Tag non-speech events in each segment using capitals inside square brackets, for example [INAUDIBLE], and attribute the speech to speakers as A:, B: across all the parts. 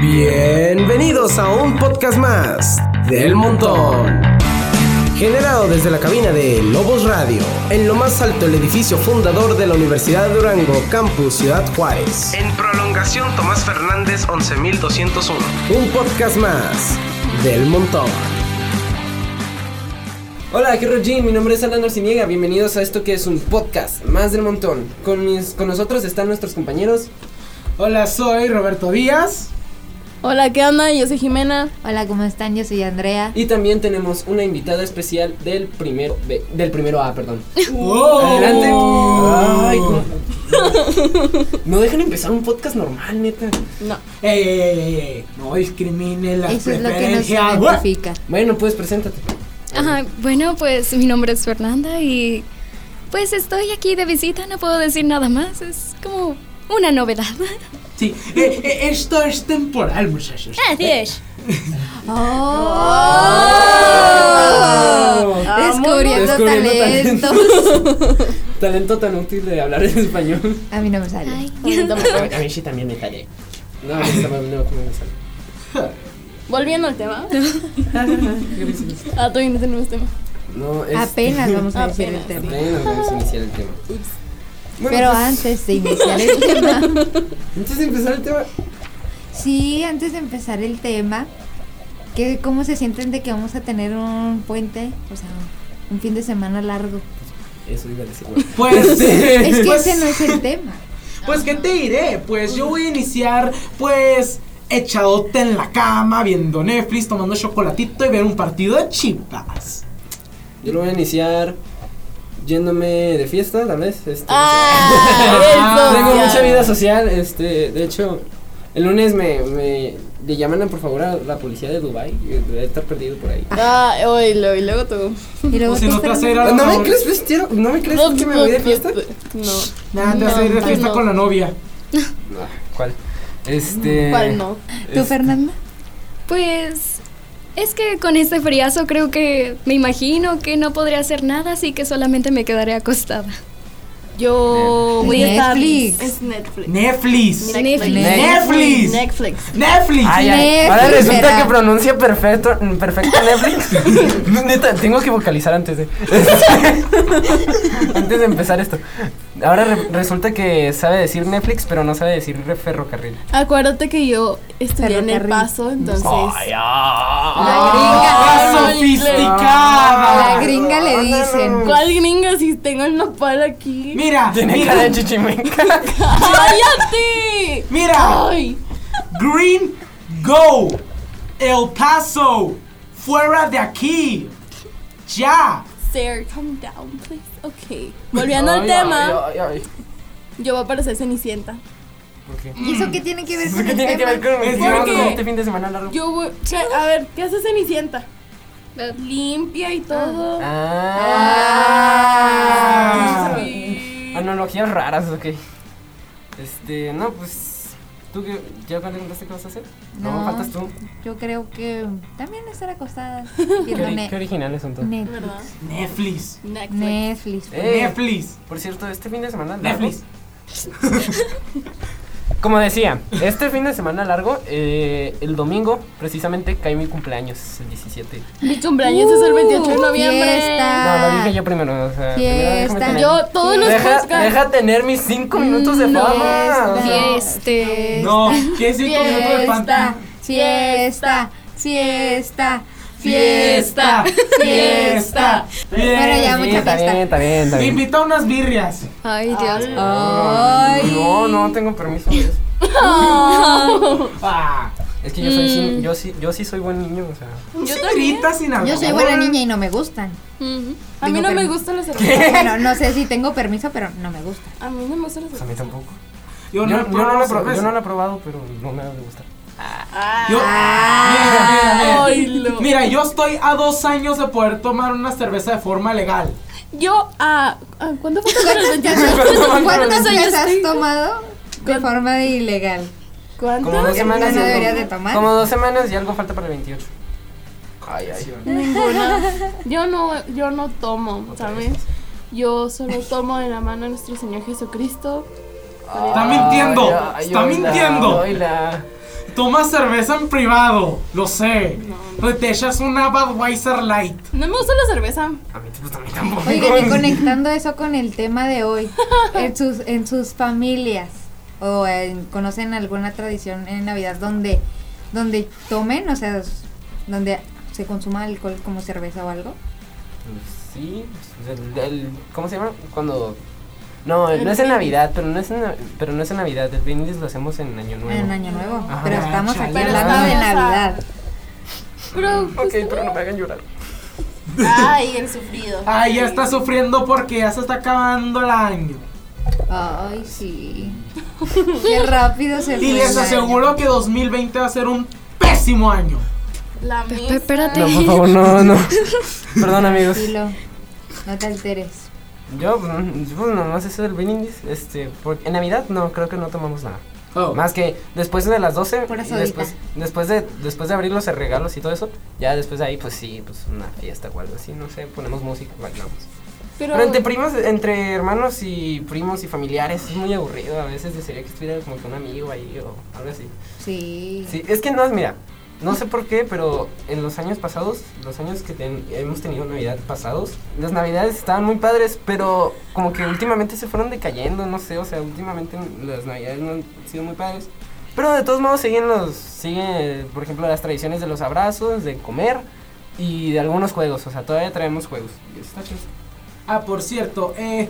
A: Bienvenidos a un podcast más del montón. Generado desde la cabina de Lobos Radio, en lo más alto del edificio fundador de la Universidad de Durango, Campus Ciudad Juárez. En prolongación Tomás Fernández 11201. Un podcast más del montón. Hola, aquí Roger, mi nombre es Alan Arciniega, bienvenidos a esto que es un podcast más del montón. Con, mis, con nosotros están nuestros compañeros.
B: Hola, soy Roberto Díaz.
C: Hola, ¿qué onda? Yo soy Jimena.
D: Hola, ¿cómo están? Yo soy Andrea.
A: Y también tenemos una invitada especial del primero B, del primero A, perdón.
D: Oh.
B: ¡Wow!
A: Adelante. Ay,
E: Oh.
D: [LAUGHS]
A: cómo- no dejan empezar un podcast normal, neta.
C: No.
B: Ey, ey, ey, ey, ey, No discriminen las
D: Eso es lo que nos
B: preferencias.
D: identifica.
A: Bueno, pues preséntate.
F: Ajá, bueno, pues mi nombre es Fernanda y pues estoy aquí de visita, no puedo decir nada más, es como una novedad. [LAUGHS]
B: Sí, eh, eh, esto es temporal, muchachos.
A: Ah,
F: Así es.
D: ¡Oh! Descubriendo
A: Descubriendo
D: talentos.
A: Talento tan útil de hablar en español.
D: A mí no me sale.
A: A mí sí también me tallé. No, a mí sí también no, ¿cómo me sale?
C: Volviendo al tema. [LAUGHS] ah, todavía no tenemos tema.
A: No, es...
D: Apenas vamos a decir el
C: Apenas,
D: tema.
A: Apenas vamos a iniciar el tema. Bueno,
D: Pero
A: pues,
D: antes de iniciar el tema,
A: Antes de empezar el tema,
D: sí, antes de empezar el tema, ¿qué, ¿cómo se sienten de que vamos a tener un puente? O sea, un fin de semana largo.
A: eso iba a decir.
B: Pues,
D: Es que
B: pues,
D: ese no es el tema.
B: pues, ¿qué te diré? Pues yo voy a iniciar, pues, echadote en la cama, viendo Netflix, tomando chocolatito y ver un partido de chivas.
A: Yo lo voy a iniciar yéndome de fiesta, tal vez. Este,
C: Ah,
A: Tengo
C: eso.
A: mucha vida social, este, de hecho, el lunes me, me le llaman a, por favor a la policía de Dubai, debe estar perdido por ahí.
C: Ah, oílo, y luego tú.
D: Y luego
B: O si
D: tú,
B: no te hace ir
D: Fernando,
B: a-
A: Ah, ¿No me crees vestido? ¿No me crees que me voy de fiesta?
C: No.
B: Nada, te vas a ir de
C: No,
B: fiesta
C: no.
B: con la novia.
A: Ah, ¿Cuál? Este.
C: ¿Cuál no?
D: ¿Tú,
A: es-
D: Fernanda?
F: Pues es que con este friazo creo que me imagino que no podré hacer nada, así que solamente me quedaré acostada.
C: Yo
D: Netflix.
C: voy a estar.
D: Netflix.
C: Es Netflix.
B: Netflix.
F: Netflix.
B: Netflix.
C: Netflix.
B: Netflix.
A: Ay, ay,
D: Netflix
A: Ahora resulta
D: era.
A: que pronuncia perfecto, perfecto [LAUGHS] Netflix. Neta, tengo que vocalizar antes de. [LAUGHS] antes de empezar esto. Ahora re- resulta que sabe decir Netflix, pero no sabe decir re- ferrocarril.
C: Acuérdate que yo estudié en El
D: Ferrocarril.
C: Paso, entonces.
A: Ay,
D: La
B: Ah,
C: gringa.
B: sofisticada.
D: A la gringa le dicen.
C: ¿Cuál gringa si tengo el nopal aquí?
B: Mira,
A: Tiene
B: mira,
A: cara de chichimenca.
C: ¡Cállate!
B: mira.
C: ¡Ay!
B: Green Go. El Paso. Fuera de aquí. Ya.
C: Sarah, calm down, please. Ok. Volviendo al tema, yo voy a parecer Cenicienta.
D: ¿Y eso qué tiene que ver con
A: ¿Qué
D: el
A: tiene que
D: tema?
A: ver con
B: Es
A: con
C: porque-
A: este fin de semana largo?
C: Yo voy. A ver, ¿qué hace Cenicienta? Limpia y todo.
A: Ah.
C: Sí.
A: Analogías raras, ok. Este, no, pues. ¿Tú qué, ya preguntaste qué vas a hacer? No,
D: No.
A: faltas tú.
D: Yo creo que también estar acostada
A: ¿Qué,
D: viendo
A: ori-
D: ne-
A: qué originales son todos?
D: Netflix.
C: ¿Verdad?
B: Netflix.
C: Netflix.
D: Netflix.
A: Eh,
B: Netflix.
A: por cierto, este fin de semana largo.
B: Netflix.
A: Como decía, este fin de semana largo, eh, el domingo, precisamente cae mi cumpleaños, el 17.
C: Mi cumpleaños es el 28 de
D: Uh,
C: noviembre.
D: fiesta.
A: No, lo dije yo primero. O sea, primero déjame
D: Fiesta.
A: tener-
C: Ah. Yo todos los
A: Deja,
C: podcasts- Mm,
A: deja tener mis cinco minutos de
C: No,
A: fama. o sea.
F: Este,
D: Fiesta.
B: No, ¿qué cinco minutos de
D: Fiesta.
B: pantalla?
D: Fiesta. Fiesta.
C: Fiesta.
B: Fiesta.
D: Bueno, ya,
A: Sí,
D: mucha
A: está
D: fiesta.
A: bien, está bien, está
B: Te
A: bien.
B: invito a unas birrias.
F: Ay, Dios.
D: Ay.
A: No, no tengo permiso de eso.
B: Ah,
A: Es que yo
D: Mm.
A: soy sí- yo sí, yo sí soy buen niño, o sea.
B: yo birrita sin alcohol.
D: Yo soy buena niña y no me gustan.
C: Ujú. A mí no me gustan los cervezas.
D: Bueno, no sé si tengo permiso, pero no me gustan.
C: A mí no me gustan los
A: pues a mí
C: cervezas.
A: tampoco.
B: Yo no, he
A: yo no
B: probado
A: lo he pro-
B: cerveza.
A: yo no lo he probado, pero no me va a gustar.
B: Yo, mira, mira,
C: Ay,
B: mira.
C: lo-
B: Mira, yo estoy a dos años de poder tomar una cerveza de forma legal.
C: Yo, ah, ah, ¿cuándo fue tu
D: [LAUGHS] [LAUGHS] ¿Cuántas
C: años
D: veces has
C: tengo?
D: tomado de forma de ilegal?
C: ¿Cuánto?
A: Como dos semanas.
D: no
A: y algo-
D: deberías de tomar.
A: Como dos semanas y algo falta para el 28. Ay, ay.
C: [LAUGHS] Ninguna. Yo no, yo no tomo, ¿sabes? Yo solo tomo de la mano a nuestro Señor Jesucristo.
B: Está mintiendo, está mintiendo.
A: Ay, la-
B: Tú tomas cerveza en privado, lo sé. O Te echas una Budweiser Light.
G: No me gusta la cerveza.
B: A mí, pues, a mí tampoco. [LAUGHS]
D: Oigan, y conectando eso con el tema de hoy, en sus, en sus familias o en- conocen alguna tradición en Navidad donde, donde tomen, o sea, s- donde se consuma alcohol como cerveza o algo.
A: Sí, pues, el- el- ¿cómo se llama? Cuando... No, no es en Navidad, pero no es en, na- pero no es en Navidad, el brindis lo hacemos en Año Nuevo.
D: En Año Nuevo.
A: Ajá.
D: pero estamos
B: Chale,
D: aquí hablando de
G: o sea.
D: Navidad.
G: Pero.
A: [LAUGHS] Ok, pero no me hagan llorar.
C: Ay, el sufrido.
B: Ay, ya está sufriendo porque ya se está acabando el año.
D: Ay, sí. Qué rápido se
B: Y
D: fue
B: les
D: el año.
B: aseguro que 2020 va a ser un pésimo año.
C: La
F: Pe-
C: mesa.
F: pe- espérate.
A: No, por favor, no, [LAUGHS] no. Perdón, amigos.
D: Tranquilo, no te alteres.
A: Yo, mm, pues nomás eso del brindis, este, porque en Navidad no, creo que no tomamos nada.
B: Oh.
A: Más que después de las 12,
D: Pura
A: y
D: sodita.
A: después, después de después de abrir los regalos y todo eso, ya después de ahí, pues sí, pues una fiesta o algo así, no sé, ponemos música, bailamos.
G: Pero.
A: Pero, entre primos, entre hermanos y primos y familiares es muy aburrido, a veces desearía que estuviera como que un amigo ahí o algo así.
D: Sí.
A: Sí, es que no, mira, no sé por qué, pero en los años pasados, los años que ten- hemos tenido Navidad pasados, las Navidades estaban muy padres, pero como que últimamente se fueron decayendo, no sé, o sea, últimamente las Navidades no han sido muy padres. Pero de todos modos siguen los, sigue, por ejemplo, las tradiciones de los abrazos, de comer y de algunos juegos, o sea, todavía traemos juegos. Y eso está chido.
B: Ah, por cierto, eh,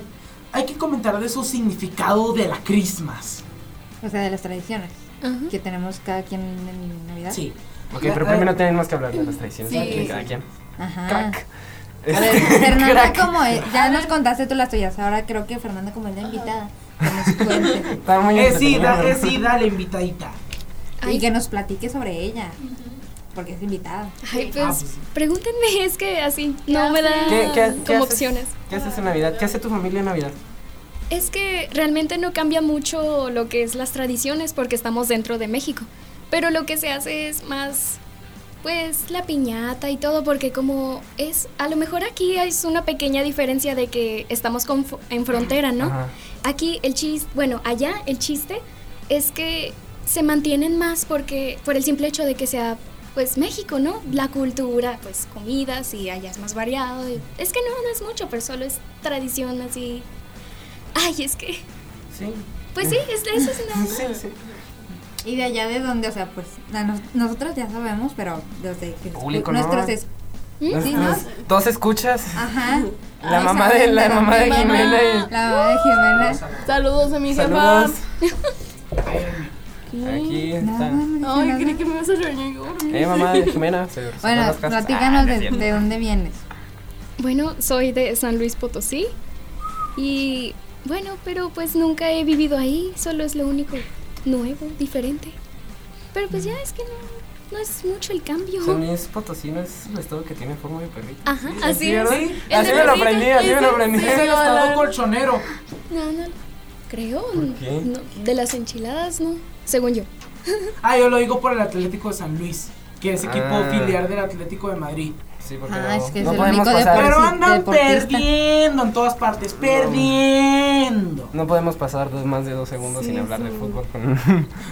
B: hay que comentar de su significado de la Christmas.
D: O sea, de las tradiciones
F: Ajá.
D: que tenemos cada quien en Navidad.
B: Sí.
A: Ok,
B: La-
A: pero
B: la-
A: primero tenemos que hablar de las tradiciones
G: Sí. Ah.
A: de cada quien.
D: Ajá.
A: Crack. [LAUGHS] Este,
D: A ver, Fernanda,
A: Crack.
D: como es- ya nos contaste tú las tuyas, ahora creo que Fernanda como es la invitada, que nos cuente
A: Está muy
B: Eh, sí, da,
A: entretenido.
B: eh, sí, dale, invitadita.
F: Ay,
D: y que nos platique sobre ella, porque es invitada.
F: Ay, pues
B: Ah, pues sí.
F: pregúntenme, es que así no me da
A: ¿Qué-
D: Ah,
A: qué- qué
F: como
A: haces?
F: opciones.
A: ¿Qué haces en Navidad? ¿Qué hace tu familia en Navidad?
F: Es que realmente no cambia mucho lo que es las tradiciones porque estamos dentro de México. Pero lo que se hace es más, pues, la piñata y todo, porque como es, a lo mejor aquí hay una pequeña diferencia de que estamos con fo- en frontera, ¿no?
A: Ajá.
F: Aquí el chiste, bueno, allá el chiste es que se mantienen más porque por el simple hecho de que sea pues México, ¿no? La cultura, pues comidas y allá es más variado. y- es que no, no es mucho, pero solo es tradición así. Ay, es que
A: Sí.
F: pues sí, es eso es nada.
A: Sí, sí.
D: Y de allá de dónde, o sea, pues a nos- nosotros ya sabemos, pero desde que
A: Público, ¿no?
D: nuestros es-
F: ¿Mm?
D: Sí, ¿no?
A: ¿Dos escuchas?
D: ajá, Ah,
A: La
D: no
A: mamá de
D: saben,
A: la
D: pero
A: mamá de
C: mi mamá-
A: Jimena y-
D: la mamá de Jimena.
C: Saludos a mi jefa.
A: Saludos. Aquí
D: No,
A: está.
D: no, no, no,
C: Ay,
D: no.
C: creí que me ibas a regañar.
A: Eh, mamá de Jimena. se- se
D: Bueno,
A: conozcas.
D: platícanos
A: Ah, no
D: de,
A: es cierto.
D: de dónde vienes.
F: Bueno, soy de San Luis Potosí y bueno, pero pues nunca he vivido ahí, solo es lo único nuevo, diferente. Pero pues ya es que no, no es mucho el cambio.
A: San Luis Potosí no es el estado que tiene forma de perrito.
F: Ajá,
A: Sí,
F: así es.
A: ¿verdad?
F: Sí, el
A: Así
F: de
A: me lo
F: perrito.
A: aprendí, así me lo aprendí.
B: Es el estado colchonero.
F: No, no, creo.
A: qué?
F: no, de las enchiladas, no. Según yo.
B: Ah, yo lo digo por el Atlético de San Luis, que es equipo
A: Ah.
B: filial del Atlético de Madrid.
A: Sí, porque
D: Ah,
A: no,
D: es que es
A: no
D: el
A: podemos
D: único
A: pasar.
B: Pero
D: sí,
B: andan
D: deportista.
B: perdiendo en todas partes, perdiendo.
A: No podemos pasar dos- más de dos segundos sin hablar de fútbol.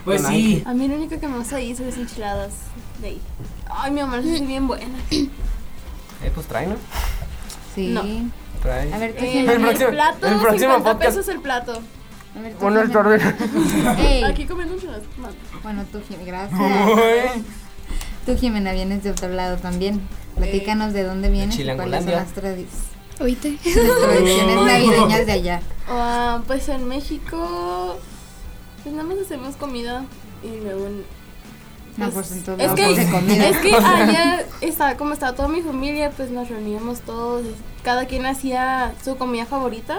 B: Pues
A: Con
B: sí.
C: A mí lo único que me gusta ahí son las enchiladas de ahí. Ay, mi mamá las hace bien [LAUGHS] buenas.
A: Eh, pues trae, ¿no?
D: Sí.
C: No.
A: Trae.
D: A ver, tú,
C: Eh,
D: Jimena.
A: El próximo-
C: plato,
A: el próximo
C: 50
A: podcast.
C: pesos el plato.
D: A ver, tú,
A: Buenas
D: Jimena.
A: tardes.
D: Ey,
C: Aquí comiendo enchiladas. No.
D: Bueno, tú, Jimena,
A: [LAUGHS]
D: gracias.
A: Uy.
D: Tú, Jimena, vienes de otro lado también. Platícanos de dónde vienes y cuáles son
A: Chilangolandia.
D: las tradi-
F: Oíste.
D: [LAUGHS] las tradiciones navideñas de allá.
C: Ah, pues en México, pues nada más hacemos comida y luego...
D: No, pues en todos
C: es
D: lados
C: que,
D: de comida.
C: es
D: [LAUGHS]
C: que allá estaba, como estaba toda mi familia, pues nos reuníamos todos, cada quien hacía su comida favorita.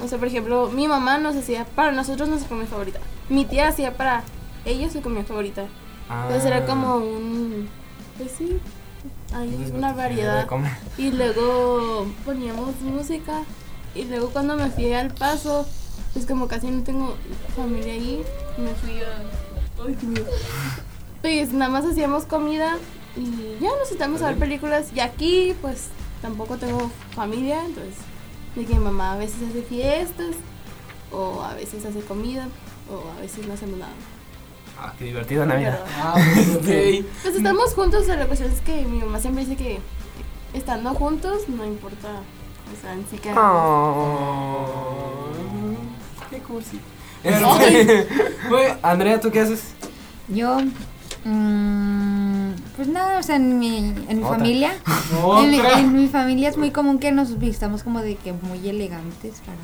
C: No sé, por ejemplo, mi mamá nos hacía para nosotros nuestra comida favorita. Mi tía hacía para ella su comida favorita. Entonces
D: Ah.
C: era como un... Pues sí, hay una variedad. Y luego poníamos música. Y luego cuando me fui al paso, pues como casi no tengo familia ahí, me fui a... Ay, qué miedo. Pues nada más hacíamos comida y ya nos sentamos a ver películas. Y aquí pues tampoco tengo familia, entonces de que mamá a veces hace fiestas, o a veces hace comida, o a veces no hacemos nada.
A: Ah, qué divertida Navidad.
B: Ah, pues, ok.
C: [LAUGHS] Pues estamos juntos, pero la cuestión es que mi mamá siempre dice que estando juntos no importa. O sea, ni siquiera.
A: Ah. Ay, qué cursi.
B: Ay. Güey,
A: [LAUGHS] Andrea, ¿tú qué haces?
D: Yo, mm, pues nada, o sea, en mi, en mi
A: Otra.
D: familia, en, mi-
B: Otra.
D: en mi familia es muy común que nos vistamos como de que muy elegantes para,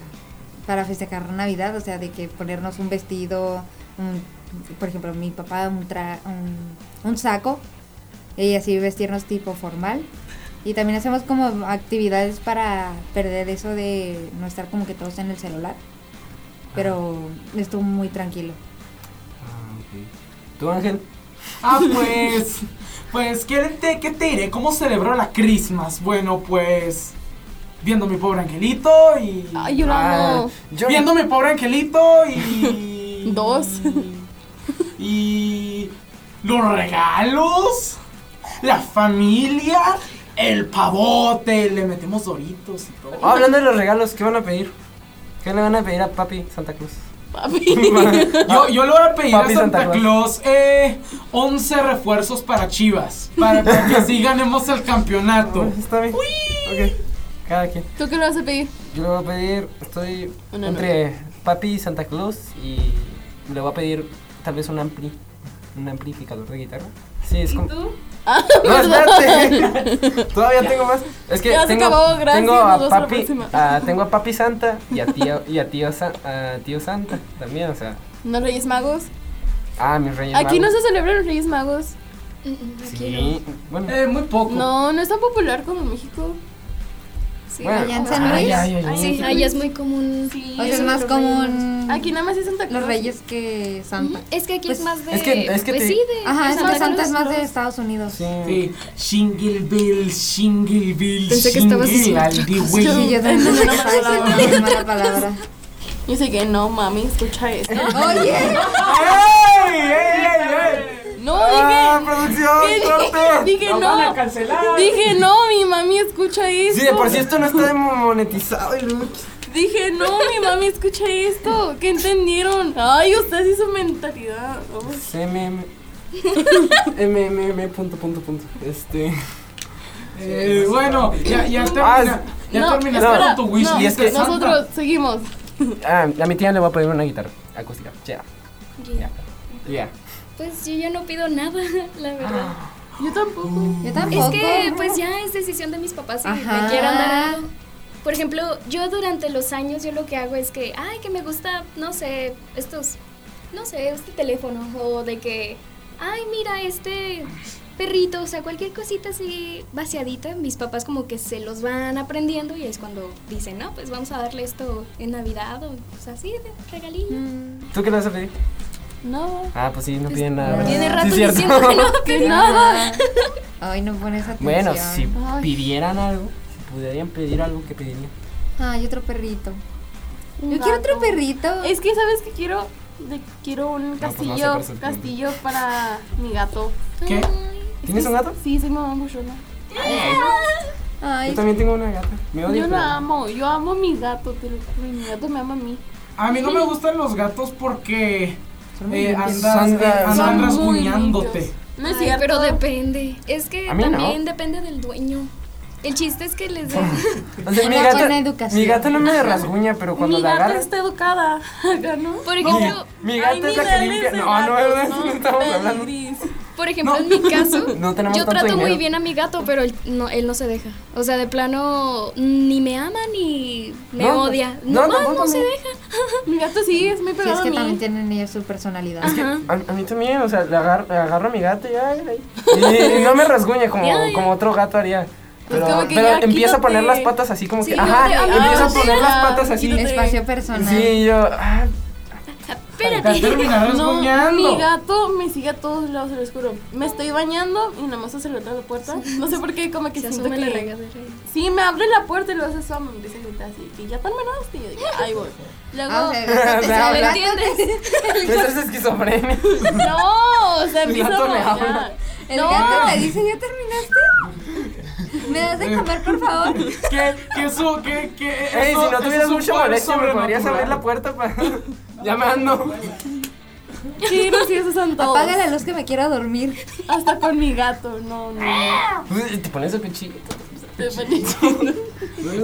D: para festejar Navidad, o sea, de que ponernos un vestido, un- por ejemplo, mi papá un, tra- un, un saco y así vestirnos tipo formal. Y también hacemos como actividades para perder eso de no estar como que todos en el celular. Pero estuvo muy tranquilo.
A: Ah, ok. ¿Tú, Ángel?
B: Ah, pues. Pues, ¿qué te, qué te diré? ¿Cómo celebró la Christmas? Bueno, pues. Viendo mi pobre angelito y.
C: Ay, yo lo
A: Ah,
C: amo.
A: yo-
B: viendo mi pobre angelito y.
C: [LAUGHS] Dos.
B: Y. Los regalos. La familia. El pavote. Le metemos doritos y todo.
A: Ah, hablando de los regalos, ¿qué van a pedir? ¿Qué le van a pedir a papi Santa Cruz? [LAUGHS]
C: Papi.
B: Yo, yo le voy a pedir
A: Papi
B: a Santa,
A: Santa
B: Claus eh, 11 refuerzos para Chivas. Para, para que así ganemos
C: [LAUGHS]
B: el campeonato.
A: Está bien. Ok. Cada quien.
C: ¿Tú qué le vas a pedir?
A: Yo le voy a pedir, estoy
C: Una
A: entre papi y Santa Claus y le voy a pedir tal vez un ampli, un amplificador de guitarra. Sí, es como... No,
C: [LAUGHS]
A: espérate. [LAUGHS] Todavía tengo más. Es que
C: Ah, Ya se
A: tengo,
C: acabó, gracias,
A: tengo
C: nos
A: a
C: vemos a la
A: papi,
C: próxima.
A: a- tengo a papi Santa y a tío y a tío, Sa- a tío Santa también, o sea,
C: ¿No Reyes Magos?
A: ah, mis reyes
C: Aquí no
A: magos.
C: se celebran los Reyes Magos.
F: [LAUGHS] Mm, mm, aquí
A: Sí, bueno.
B: Eh, muy poco.
C: No, no es tan popular como en México.
F: Sí,
A: Bueno.
D: Allá en San
A: Ay,
D: Luis.
A: ay, ay, ay.
F: Sí, ahí Ah, es muy común.
C: Sí.
D: O sea, es más
F: Los Reyes.
D: común
C: Aquí nada más es Santa Claus.
D: los reyes que Santa.
F: Ujú, Es que aquí
D: Pues-
F: es más de.
A: Es que- es que
F: pues
A: te-
F: sí, de.
D: Ajá, es
F: Santa
D: que Santa es
F: Claus,
D: más de
F: los-
D: Estados Unidos.
A: Sí.
B: Sí, Shingle Bill, Shingle Bill,
F: Pensé que estabas
B: Shingle
F: diciendo
B: al
F: otra
B: di
F: cosa.
B: güey.
F: [LAUGHS]
D: Sí, yo también soy mala palabra. soy mala palabra.
C: Yo sé que no, mami, escucha
D: [LAUGHS]
C: esto.
D: Oye,
A: ¡Ey, ey, ey, ey!
C: No,
A: ¡Ah,
C: dije.
A: producción, corte!
C: Dije
B: Nos van a
C: no.
B: cancelar.
C: Dije no, mi mami escucha esto.
A: Sí, de por si esto no
B: [LAUGHS]
A: está monetizado, y luego-
C: Dije no, mi mami escucha esto. ¿Qué entendieron? Ay, ustedes y su mentalidad. Uy.
B: [LAUGHS]
A: MM. MMM. Punto, punto, punto. Este.
B: Eh, bueno, ya, ya
A: Ah,
B: termina, ya
C: no,
B: terminaste
C: espera,
B: con tu wishlist
C: no,
A: Y es que-
B: de Santa.
C: nosotros seguimos.
A: Ah, a mi tía le voy a pedir una guitarra acústica. Ya, ya. Ya.
F: Pues yo ya no pido nada, [LAUGHS] la verdad.
A: Ah.
C: Yo tampoco.
D: yo
F: Es
D: tampoco.
F: que pues ya es decisión de mis papás si
D: Ajá.
F: me quieran dar algo. Por ejemplo, yo durante los años yo lo que hago es que, ay, que me gusta, no sé, estos, no sé, este teléfono o de que, ay, mira este perrito, o sea, cualquier cosita así vaciadita, mis papás como que se los van aprendiendo y es cuando dicen, no, pues vamos a darle esto en Navidad o pues así, de
A: Mm.
F: regalillo.
A: ¿Tú qué le vas a pedir?
C: No.
A: Ah, pues sí, no piden nada. ¿verdad?
F: Tiene rato
A: Ah, Sí, es
F: diciendo
A: cierto.
F: que no
C: Que
F: pide
C: nada.
D: Ay, no pones
A: [LAUGHS]
D: atención.
A: Bueno, si
C: Ay.
A: pidieran algo, si pudieran pedir algo, ¿qué pedirían?
D: Ay, otro perrito. Yo
C: Un
D: quiero
C: gato.
D: otro perrito.
C: Es que sabes que quiero de- quiero un
A: pues, no sé,
C: castillo,
A: pero es el
C: castillo para mi gato.
B: ¿Qué?
A: ¿Tienes un gato?
C: Sí, soy mamá buchona.
D: Ay,
A: Yo también tengo una gata. Me odio.
C: Yo
A: pero-
C: la amo, yo amo a mi gato, te lo juro, y mi gato me ama a mí.
B: A mí no me gustan los gatos porque
D: Son muy
B: eh,
D: limpios.
B: andas,
A: Son-
B: eh, andan
C: muy
B: rasguñándote.
C: lindos. No es
F: Ay,
C: cierto.
F: pero depende. Es que
A: A mí no.
F: también depende del dueño. El chiste es que
A: [LAUGHS]
F: les des.
A: O sea, mi
D: Una
A: gata,
D: buena educación.
A: mi gata no me rasguña, pero cuando
C: mi
A: la
C: gata
A: agarra.
C: está educada, [LAUGHS] acá, ¿no?
F: [LAUGHS] Por ejemplo,
A: Mi gata
C: Ay, ni
A: es la que
C: dale
A: limpia.
C: ese
A: No, no,
C: gato,
A: de eso no [LAUGHS] estamos hablando.
C: pedigrees.
F: por ejemplo en mi caso,
A: [LAUGHS] No tenemos
F: yo
A: tanto
F: trato
A: dinero.
F: muy bien a mi gato, pero él no, él no se deja. O sea, de plano, ni me ama ni me
A: No,
F: odia.
A: no,
F: No, no,
A: tampoco a
F: se
A: mí.
F: deja. [LAUGHS]
C: Mi gato sí es muy
D: Sí, es
C: pegado
D: que
C: a mí.
D: también tienen ellos su personalidad.
A: Es que a, a mí también, o sea, le agarro, le agarro a mi gato y, ay, ay. Y- y no me rasguña como,
F: Ya, ya.
A: como otro gato haría. Pero,
C: como que
A: pero
C: ya,
A: empieza a poner
C: quítate.
A: las patas así como
F: Sí,
A: que,
F: yo
A: ajá,
F: te- ah,
A: empieza a
C: sí,
A: poner las
C: ah,
A: patas así.
C: quítate.
D: Espacio personal.
A: Sí, yo, ah,
B: Te
F: Espérate. [LAUGHS]
B: terminarás
C: No,
B: rasguñando.
C: mi gato me sigue a todos lados, se lo juro. Me estoy bañando y nada más se le abre la puerta. No sé por qué, como que
F: Se
C: siento
F: asume la
C: que...
F: regadera.
C: Sí, me abre la puerta y luego se asoma, me empieza a gritar así. Y ya tan menos, y yo digo, ahí voy. Luego...
D: Ah, o sea, el gato te
A: Me
D: sabe,
F: ¿Me
D: ¿verdad?
F: entiendes?
C: [LAUGHS] Pues
A: pues eso es esquizofrenia.
C: No, o sea,
A: El
C: empieza
A: gato me
C: a
A: habla.
C: bañar.
D: El
C: No.
D: gato te dice, ¿ya terminaste? ¿Me das de comer, por favor?
B: Que, que eso, que, que
A: Ey,
B: eso-
A: si no
B: eso
A: tuvieras
B: es un
A: mucho
B: poder
A: molestia, me podrías
B: sobrenatural.
A: abrir la puerta para... Llamando.
C: Sí, no, sí, esos son todos.
D: Apaga la luz que me quiero dormir.
C: Hasta con mi gato, no, no. no.
A: Uy, Pues, Te pones a cuchillo. [LAUGHS]
C: Te panichando.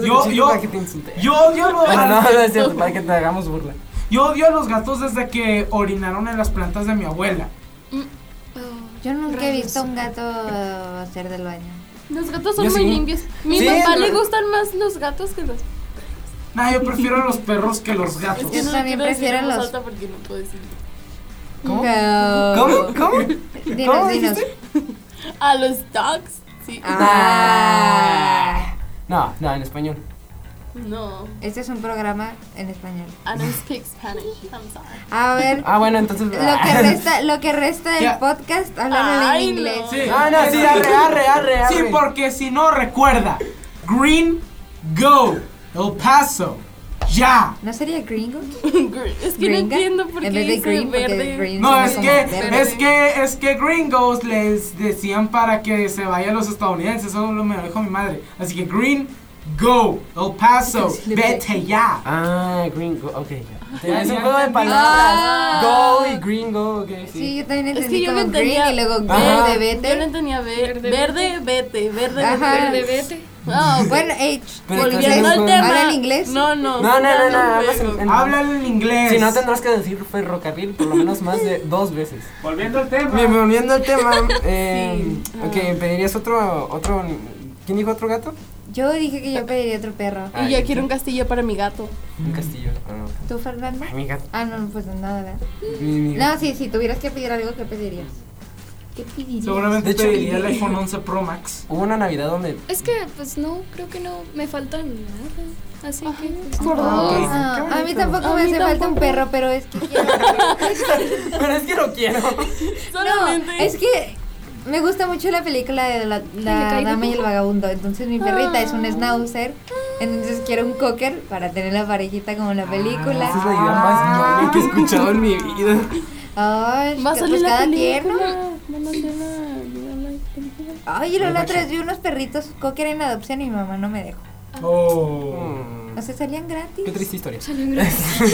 B: Yo- yo-
A: Para que te insulte.
B: Yo odio, a los
A: Bueno, Ah, no,
B: gatos-
A: no es cierto, para que te hagamos burla.
B: yo odio a los gatos desde que orinaron en las plantas de mi abuela.
F: Oh.
D: Yo nunca he
F: Rayos.
D: visto a un gato hacer del baño.
C: Los gatos son
A: Yo
C: muy
A: sí.
C: limpios. Mi
A: Sí,
C: papá
A: no.
C: le gustan más los gatos que los.
B: Nah, yo prefiero a los perros que los gatos.
D: que Yo
C: lo
D: también
C: quiero decir
D: prefiero
C: en voz
D: los-
C: alta porque no puedo decirlo.
A: ¿Cómo?
D: No.
A: ¿Cómo? ¿Cómo?
D: Dinos,
A: ¿Cómo
D: dinos.
A: dijiste?
C: A los dogs, sí.
D: Ah.
A: No, no, en español.
C: No.
D: Este es un programa en español.
C: I don't speak Spanish. I'm sorry.
D: A ver,
A: Ah, bueno, entonces.
D: lo que resta, lo que resta del
B: Ya.
D: podcast, hablar en
C: Ay, no.
D: inglés.
B: Sí.
A: [LAUGHS] Ah, no, sí, arre, arre, arre. arre.
B: Sí, porque si no, recuerda: Green, go, El Paso, ya.
D: ¿No sería gringo?
C: Green. Es que
D: Gringa.
C: no entiendo por qué
D: En vez de
C: dice
D: green, porque
C: verde.
D: green
B: No,
D: Somos
B: es
D: como
B: que,
D: verdes.
B: es que, es que gringos les decían para que se vayan los estadounidenses, eso lo me lo dijo mi madre. Así que green, go, El Paso, vete ya.
A: Ah, gringo, ok.
B: Ya,
A: Ya. Es
B: ya
A: un juego de
B: entendí.
D: Ah.
A: palabras. Go y gringo, ok. Sí.
D: Sí, yo también
C: Es
D: entendí
C: que yo no
D: como
C: entendía.
D: green y luego
A: Ajá.
D: verde,
C: Yo no
D: vete.
C: entendía ver-
F: Verde,
C: verde, vete, verde,
D: Ajá.
C: vete.
F: Verde, vete.
C: No, bueno,
D: Bueno, H.
A: Pero
C: volviendo al tema.
D: ¿Habla en inglés?
C: No, no.
A: No, no, no, no, hablas
C: juego.
A: en-
B: Háblalo en inglés.
A: Si no tendrás que decir ferrocarril por lo menos más de dos veces.
B: Volviendo al tema.
A: Bien, volviendo al [LAUGHS] tema, eh,
C: Sí.
A: ok, ¿pedirías otro, otro, quién dijo otro gato?
D: Yo dije que yo pediría otro perro.
C: Y yo quiero un castillo para mi gato.
A: Un castillo. Ah, no.
D: ¿Tú, Fernando?
A: Ay, mi gato.
D: Ah, no, pues nada, ¿verdad?
A: mi- mi gato.
D: No, sí, si tuvieras que pedir algo, ¿qué pedirías? ¿Qué pedirías?
B: Seguramente
A: De hecho,
B: pediría el iPhone 11 Pro Max.
A: Hubo una Navidad donde
F: Es que, pues no, creo que no me falta nada. Así que, pues, [LAUGHS]
C: por
F: no.
C: favor.
D: Ah, a mí tampoco
C: A
D: me
C: mí
D: hace falta un
C: tampoco.
D: perro, pero es que
A: [LAUGHS]
D: quiero...
A: [LAUGHS] Pero es que no quiero.
D: No,
C: Solamente.
D: es que me gusta mucho la película de la, la
F: Ay, me caí
D: dama y
F: bien.
D: el vagabundo. Entonces mi perrita es
C: Ah.
D: un schnauzer. Entonces quiero un cocker para tener la parejita como en la
A: Ah, Esa es la
D: película.
A: idea más ñoña que he escuchado en mi vida.
D: Ay,
C: Va a
D: que-
C: salir
D: pues
C: la
D: cada
C: película.
D: tierno.
C: Van a hacer la- la- la película.
D: Ay, yo
A: Live
D: la
A: action.
D: otra vez vi unos perritos cocker en adopción y mi mamá no me dejó.
B: Oh.
A: Mm.
D: No se salían gratis.
A: Qué triste historia.
F: Salió gratis.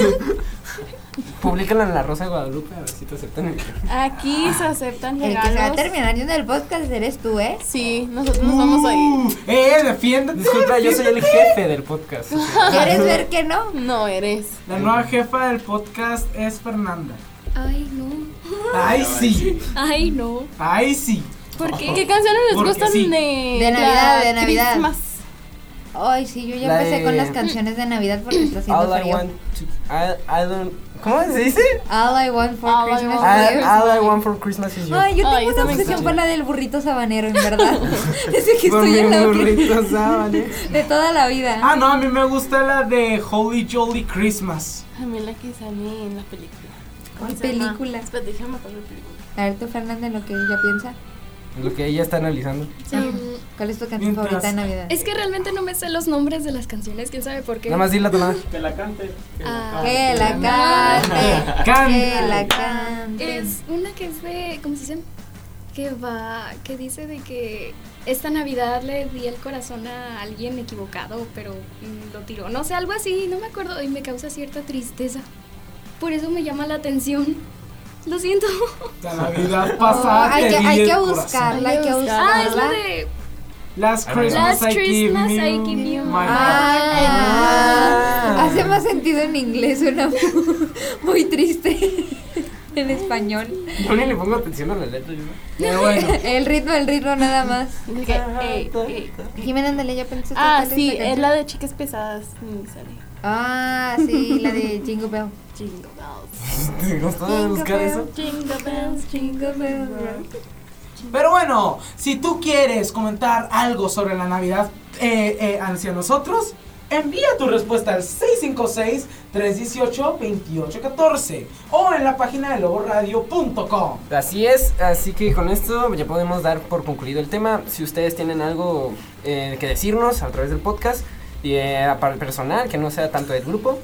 A: Públicala en la Rosa de Guadalupe a ver si te aceptan.
C: Aquí se aceptan
D: El que se va a
C: regalos.
D: terminar yendo del podcast eres tú, ¿eh?
C: Sí, nosotros nos vamos a ir.
B: Uh, eh, defiéndete.
A: Disculpa, yo soy el jefe del podcast.
D: ¿Quieres ver que no?
C: No eres.
B: La nueva jefa del podcast es Fernanda.
F: Ay, no.
B: Ay, sí.
F: Ay, no.
B: Ay, sí.
F: ¿Por qué?
C: ¿Qué canciones les
B: Porque
C: gustan
B: sí.
C: de, la
D: De Navidad, de Navidad.
C: Christmas?
D: Ay, sí, yo ya
A: La
D: empecé con
A: de-
D: las canciones de Navidad porque está haciendo
A: All I
D: frío.
A: want to. I, I don't. ¿Cómo se dice?
D: All I want for
C: All I
D: Christmas
C: want.
D: is
A: I-
D: you.
A: all I want for Christmas is you.
D: Oh, Ay, yo tengo
C: Ay,
D: una
C: esa me
D: obsesión
A: encanta.
D: por la del burrito sabanero, en
A: [LAUGHS]
D: verdad. [LAUGHS] Desde que
A: Con
D: estoy
A: mi
D: en la
A: burrito sábane.
D: [LAUGHS] de toda la vida.
B: Ah, no, a mí me gusta la de Holy Jolly Christmas.
C: A mí la que sale en la película.
D: ¿Cuál
C: Se llama?
D: película?
C: Espérate, déjame acordar la película.
D: A ver, tú, Fernanda, en lo que ella piensa.
A: Lo que ella está analizando.
F: Um,
D: ¿Cuál es tu canción
B: Mientras-
D: favorita de Navidad?
F: es que realmente no me sé los nombres de las canciones, quién sabe por qué.
A: Nada más dile a tu mamá.
F: Ah,
D: Que la cante.
B: Can-
D: Que la cante.
F: Es una que es de, ¿cómo se dice? Que va, que dice de que esta Navidad le di el corazón a alguien equivocado, pero mm, lo tiró. No sé, algo así, no me acuerdo y me causa cierta tristeza. Por eso me llama la atención. Lo siento.
B: La Navidad pasada.
D: [LAUGHS] Oh, hay
B: te
D: que,
B: di
D: hay
B: el
D: que
B: corazón.
D: buscarla, hay que
F: Ah, es la
D: buscarla.
F: de
B: Last
F: Last
B: Christmas, I, give
F: Christmas,
B: you
F: I give you
B: my
F: my
B: heart.
D: Ah,
A: Ah.
D: hace más sentido en inglés, suena [LAUGHS] muy- muy triste [LAUGHS] en español.
A: Yo ni le pongo atención a la letra. yo.
B: Pero bueno.
D: El ritmo, el ritmo nada más.
C: Dice que, eh, "Ey, ey".
D: Jimena, ándale, ya pensaste.
C: Ah,
D: cuál
C: sí,
D: esta
C: es
D: canción?
C: la de chicas pesadas. Ni sale.
D: Ah, sí, la de Jingle Bell.
C: Jingle
A: [LAUGHS]
C: bells.
A: ¿Te costó buscar eso?
C: Jingle bells.
D: Jingle Bell Rock.
B: Pero bueno, si tú quieres comentar algo sobre la Navidad eh, eh, hacia nosotros, envía tu respuesta al 656-318-2814 o en la página de loboradio.com.
A: Así es, así que con esto ya podemos dar por concluido el tema. Si ustedes tienen algo eh, que decirnos a través del podcast, y eh, para el personal, que no sea tanto del grupo,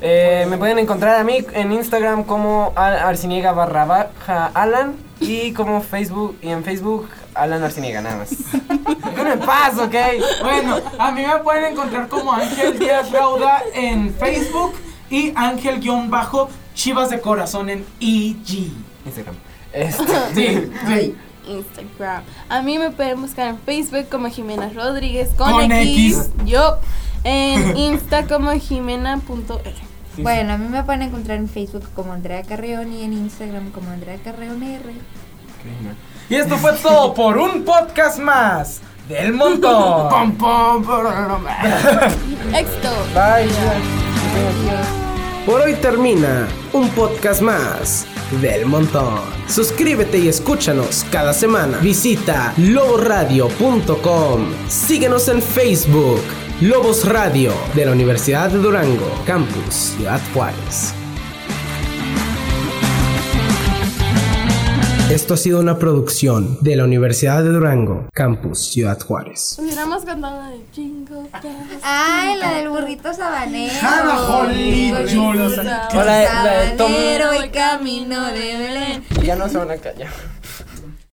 A: eh, me pueden encontrar a mí en Instagram como Al- Arciniega barra baja Alan y como Facebook, y en Facebook Alan Arciniega, nada más. Déjenme en paz, ok.
B: Bueno, a mí me pueden encontrar como Ángel Díaz Rauda en Facebook y Ángel-Chávez Chivas de Corazón en EG.
A: Instagram. Este,
B: Sí, sí.
C: Instagram. A mí me pueden buscar en Facebook como Jimena Rodríguez con,
B: Con
C: X.
B: X.
C: Yo en Insta como jimena.r.
A: sí.
D: Bueno, a mí me pueden encontrar en Facebook como Andrea Carreón y en Instagram como Andrea Carreón R.
A: Increíble.
B: Y esto fue todo por un podcast más del montón. Pom, pom, pom,
G: Éxito.
A: Bye.
E: Por hoy termina un podcast más del montón. Suscríbete y escúchanos cada semana. Visita loboradio.com. Síguenos en Facebook. Lobos Radio de la Universidad de Durango, Campus Ciudad Juárez. Esto ha sido una producción de la Universidad de Durango, Campus Ciudad Juárez.
C: Hubiéramos cantado la de Jingle Bells.
D: Ay, la del burrito sabanero.
B: Jala, jolín,
D: Burrito
B: yo lo sé.
A: O la de- la de Tom.
D: Sabanero y camino de Belén.
A: Ya no se van a callar.